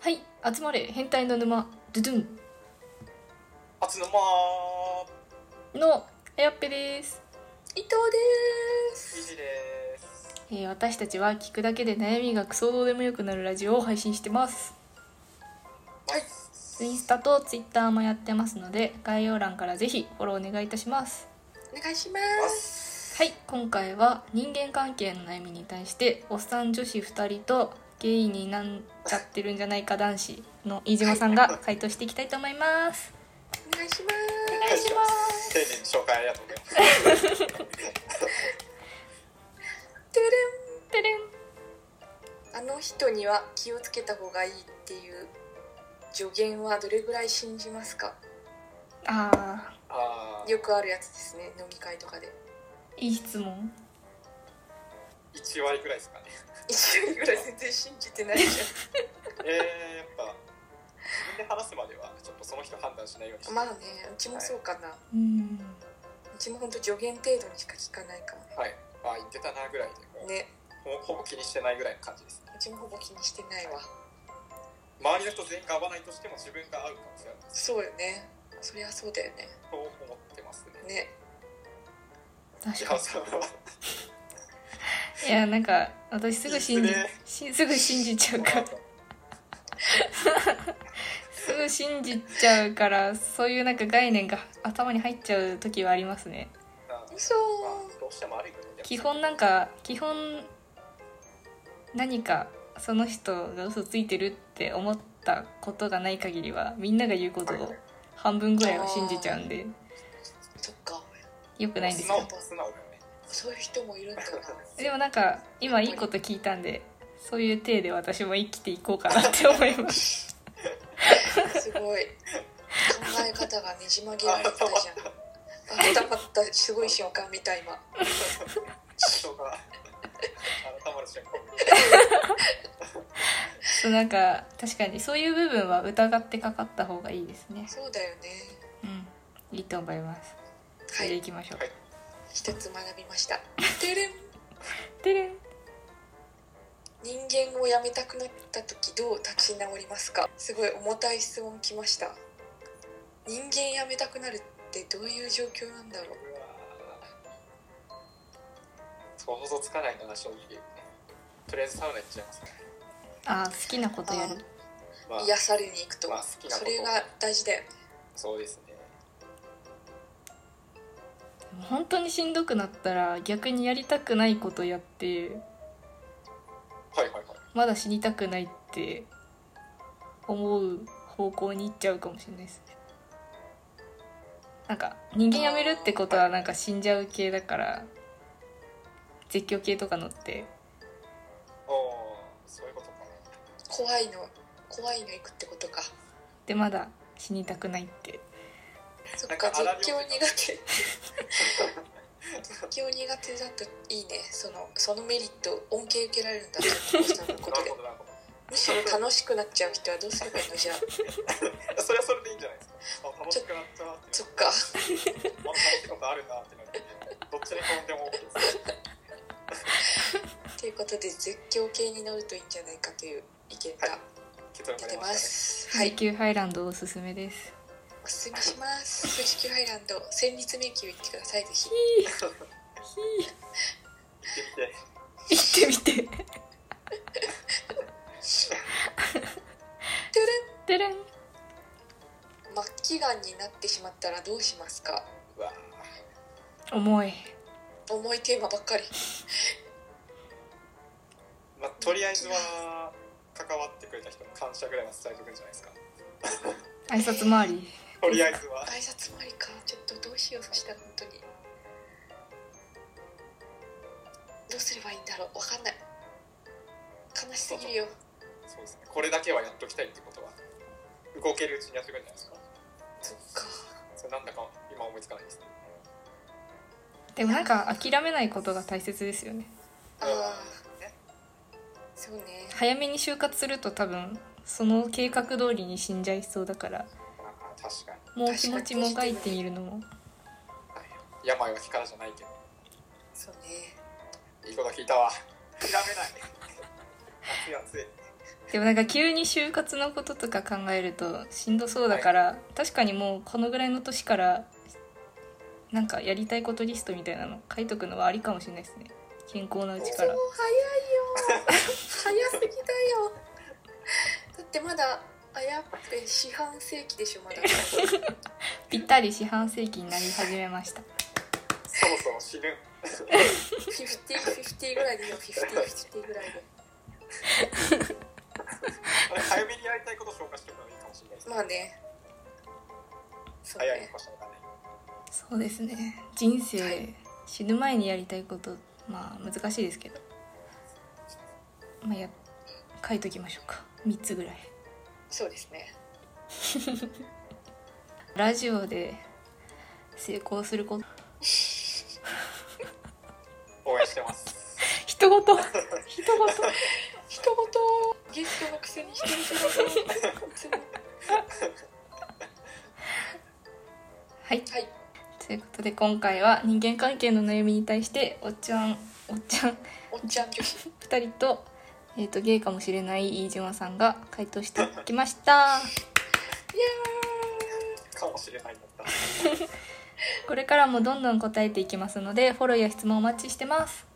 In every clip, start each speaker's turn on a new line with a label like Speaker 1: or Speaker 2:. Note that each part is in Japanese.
Speaker 1: はい集まれ変態の沼ドゥドゥン
Speaker 2: 初沼ー
Speaker 1: のあやっぺです、
Speaker 3: 伊藤です。
Speaker 2: いじです
Speaker 1: えー私たちは聞くだけで悩みがクソどうでもよくなるラジオを配信してます
Speaker 2: はい
Speaker 1: インスタとツイッターもやってますので概要欄からぜひフォローお願いいたします
Speaker 3: お願いしま。
Speaker 2: ますす
Speaker 1: はい今回は人間関係の悩みに対しておっさん女子2人とゲイになっちゃってるんじゃないか男子の飯島さんが回答していきたいと思います
Speaker 3: お願いしま
Speaker 1: お願いします
Speaker 2: 丁寧に紹介ありがとうございます
Speaker 3: す。てれ
Speaker 1: てれん
Speaker 3: ん。あの人には気をつけた方がいいっていう助言はどれぐらい信じますか。
Speaker 1: ああ
Speaker 2: あー
Speaker 3: よくあるやつですね。飲み会とかで。
Speaker 1: いい質問
Speaker 2: 1割ぐらいですかね
Speaker 3: 一割ぐらい全然信じてないじ
Speaker 2: えー、やっぱ自分で話すまではちょっとその人判断しないようにし
Speaker 3: ゃ
Speaker 2: て
Speaker 3: ん。 まあね、うちもそうかな。
Speaker 1: うん
Speaker 3: うちも本当助言程度にしか聞かないかも
Speaker 2: はいあー言ってたなぐらいでもう
Speaker 3: ね。
Speaker 2: ほほぼ気にしてないぐらいの感じですね
Speaker 3: うちもほぼ気にしてないわ。
Speaker 2: 周りの人全員が合わないとしても自分が合うかもしれない
Speaker 3: そうよね。そりゃそうだよね。
Speaker 2: と思ってますね
Speaker 3: ね。
Speaker 1: 確
Speaker 2: 伊
Speaker 1: か
Speaker 2: 藤さんはい
Speaker 1: やなんか私すぐ信じ
Speaker 2: いいっすね
Speaker 1: しすぐ信じちゃうから すぐ信じちゃうからそういうなんか概念が頭に入っちゃう時はありますね
Speaker 2: あー
Speaker 3: 嘘。
Speaker 2: まあどうしてもあるよ ね
Speaker 1: 基本なんか基本何かその人が嘘ついてるって思ったことがない限りはみんなが言うことを半分ぐらいは信じちゃうんで
Speaker 3: そっか。
Speaker 1: よくないんです
Speaker 2: 素直
Speaker 1: よ
Speaker 2: 素直だよ ね
Speaker 3: そういう人もいる んだな。
Speaker 1: でもなんか今いいこと聞いたんでそういう体で私も生きていこうかなって思います
Speaker 3: すごい考え方がねじ曲げられてたじゃんあまったすごい瞬間見た今
Speaker 2: 人が改まる瞬間
Speaker 1: そうなんか確かにそういう部分は疑ってかかった方がいいですね。
Speaker 3: そうだよね
Speaker 1: うん、いいと思います。そ
Speaker 3: は
Speaker 1: れで
Speaker 3: い
Speaker 1: 行きましょう。
Speaker 2: はい
Speaker 3: 一つ学びましたてれん
Speaker 1: てれん
Speaker 3: 人間を辞めたくなった時どう立ち直りますかすごい重たい質問きました人間辞めたくなるってどういう状況なんだろう
Speaker 2: うわー想像つかないな正直とりあえずサウナ行っちゃいますね
Speaker 1: あー、好きなことやる。
Speaker 2: まあ
Speaker 3: 癒されに行くと、
Speaker 2: まあ好きなこ
Speaker 3: そ
Speaker 2: と
Speaker 3: れが大事だよね
Speaker 2: そうですね
Speaker 1: 本当にしんどくなったら逆にやりたくないことやって
Speaker 2: はいはいはい
Speaker 1: まだ死にたくないって思う方向に行っちゃうかもしれないですね。なんか人間やめるってことはなんか死んじゃう系だから絶叫系とか乗って
Speaker 2: おおそういうことか
Speaker 3: 怖いの怖いの行くってことか
Speaker 1: でまだ死にたくないって
Speaker 3: そっか
Speaker 2: なんか荒
Speaker 3: 絶
Speaker 2: 療
Speaker 3: 叫
Speaker 2: 治
Speaker 3: 苦手絶叫苦手だといいねそのそのメリット恩恵受けられる んだと思ったのこ
Speaker 2: な
Speaker 3: と
Speaker 2: る
Speaker 3: で
Speaker 2: ほどなるほど
Speaker 3: むしろ楽しくなっちゃう人はどうすればいいのじゃ あ
Speaker 2: それはそれでいいんじゃないですかあ楽しくなったーって
Speaker 3: そっか
Speaker 2: あ楽しいことあるなーってなってどっちに転んでも OK です
Speaker 3: ということで絶叫系に乗るといいんじゃないかという意見が
Speaker 2: 結論が出
Speaker 3: 出て
Speaker 2: ま
Speaker 3: ま
Speaker 2: し
Speaker 3: すは
Speaker 1: 富士
Speaker 3: い
Speaker 1: 急ハイランドおすすめです。
Speaker 3: おすすめします富士急ハイランド戦慄迷宮行ってくださいぜひ
Speaker 2: たね行ってみて
Speaker 1: 行ってみて。
Speaker 3: てれ
Speaker 1: てれん。
Speaker 3: ん末期がんになってしまったらどうしますか
Speaker 2: うわ
Speaker 1: 重い。
Speaker 3: 重いテーマばっかり
Speaker 2: ーまあとりあえずは関わってくれた人の感謝ぐらいは伝えておくんじゃないですか
Speaker 1: 挨拶回り。
Speaker 2: とりあえずは
Speaker 3: 挨拶回りかちょっとどうしようそしたら本当にどうすればいいんだろうわかんない悲しすぎるよ
Speaker 2: そうですねこれだけはやっときたいってことは動けるうちにやってくるんじゃないですか
Speaker 3: そっか
Speaker 2: それなんだか今思いつかないですね
Speaker 1: でもなんか諦めないことが大切ですよね。
Speaker 3: あ
Speaker 2: うんね
Speaker 3: あそうね
Speaker 1: 早めに就活すると多分その計画通りに死んじゃいそうだから、
Speaker 2: あー確かに
Speaker 1: もう気持ちもがいてみるのも。
Speaker 2: 病は気からじゃないけど
Speaker 3: そうね
Speaker 2: いいこと聞いたわ。諦めない。夏や暑い。
Speaker 1: でもなんか急に就活のこととか考えるとしんどそうだから、確かにもうこのぐらいの年からなんかやりたいことリストみたいなの書いとくのはありかもしれないですね健康なうちから
Speaker 3: もう早いよ 早すぎだよだってまだあやっぺ四半世紀でしょまだ
Speaker 1: ぴったり四半世紀になり始めました
Speaker 2: そろそろ死ぬ。
Speaker 3: 5050ぐらいでいいよ5050ぐらいで
Speaker 2: 早めにやりたいこと消化しておくのがいいかもしれないですね。
Speaker 3: まあねそう
Speaker 2: 早いの
Speaker 3: ね
Speaker 2: かしらね。
Speaker 1: そうですね人生死ぬ前にやりたいことまあ難しいですけどまあや書いときましょうか3つぐらい
Speaker 3: そうですね
Speaker 1: ラジオで成功すること
Speaker 2: 応援してます。
Speaker 1: 一言一言
Speaker 3: 一言ゲストのくせに一言だけいつも
Speaker 1: はい
Speaker 3: はい
Speaker 1: ということで今回は人間関係の悩みに対しておっちゃんおっちゃん
Speaker 3: おっちゃん女子
Speaker 1: 2人と,、えー、とゲイかもしれない飯島さんが回答してきました
Speaker 3: いや
Speaker 2: かもしれないんだったら。
Speaker 1: これからもどんどん答えていきますのでフォローや質問お待ちしてます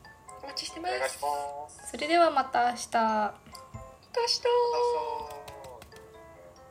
Speaker 3: ーお待ちしてま
Speaker 2: お願いし
Speaker 3: す
Speaker 2: ます。
Speaker 1: それではまた明日
Speaker 3: また明日
Speaker 2: どうぞ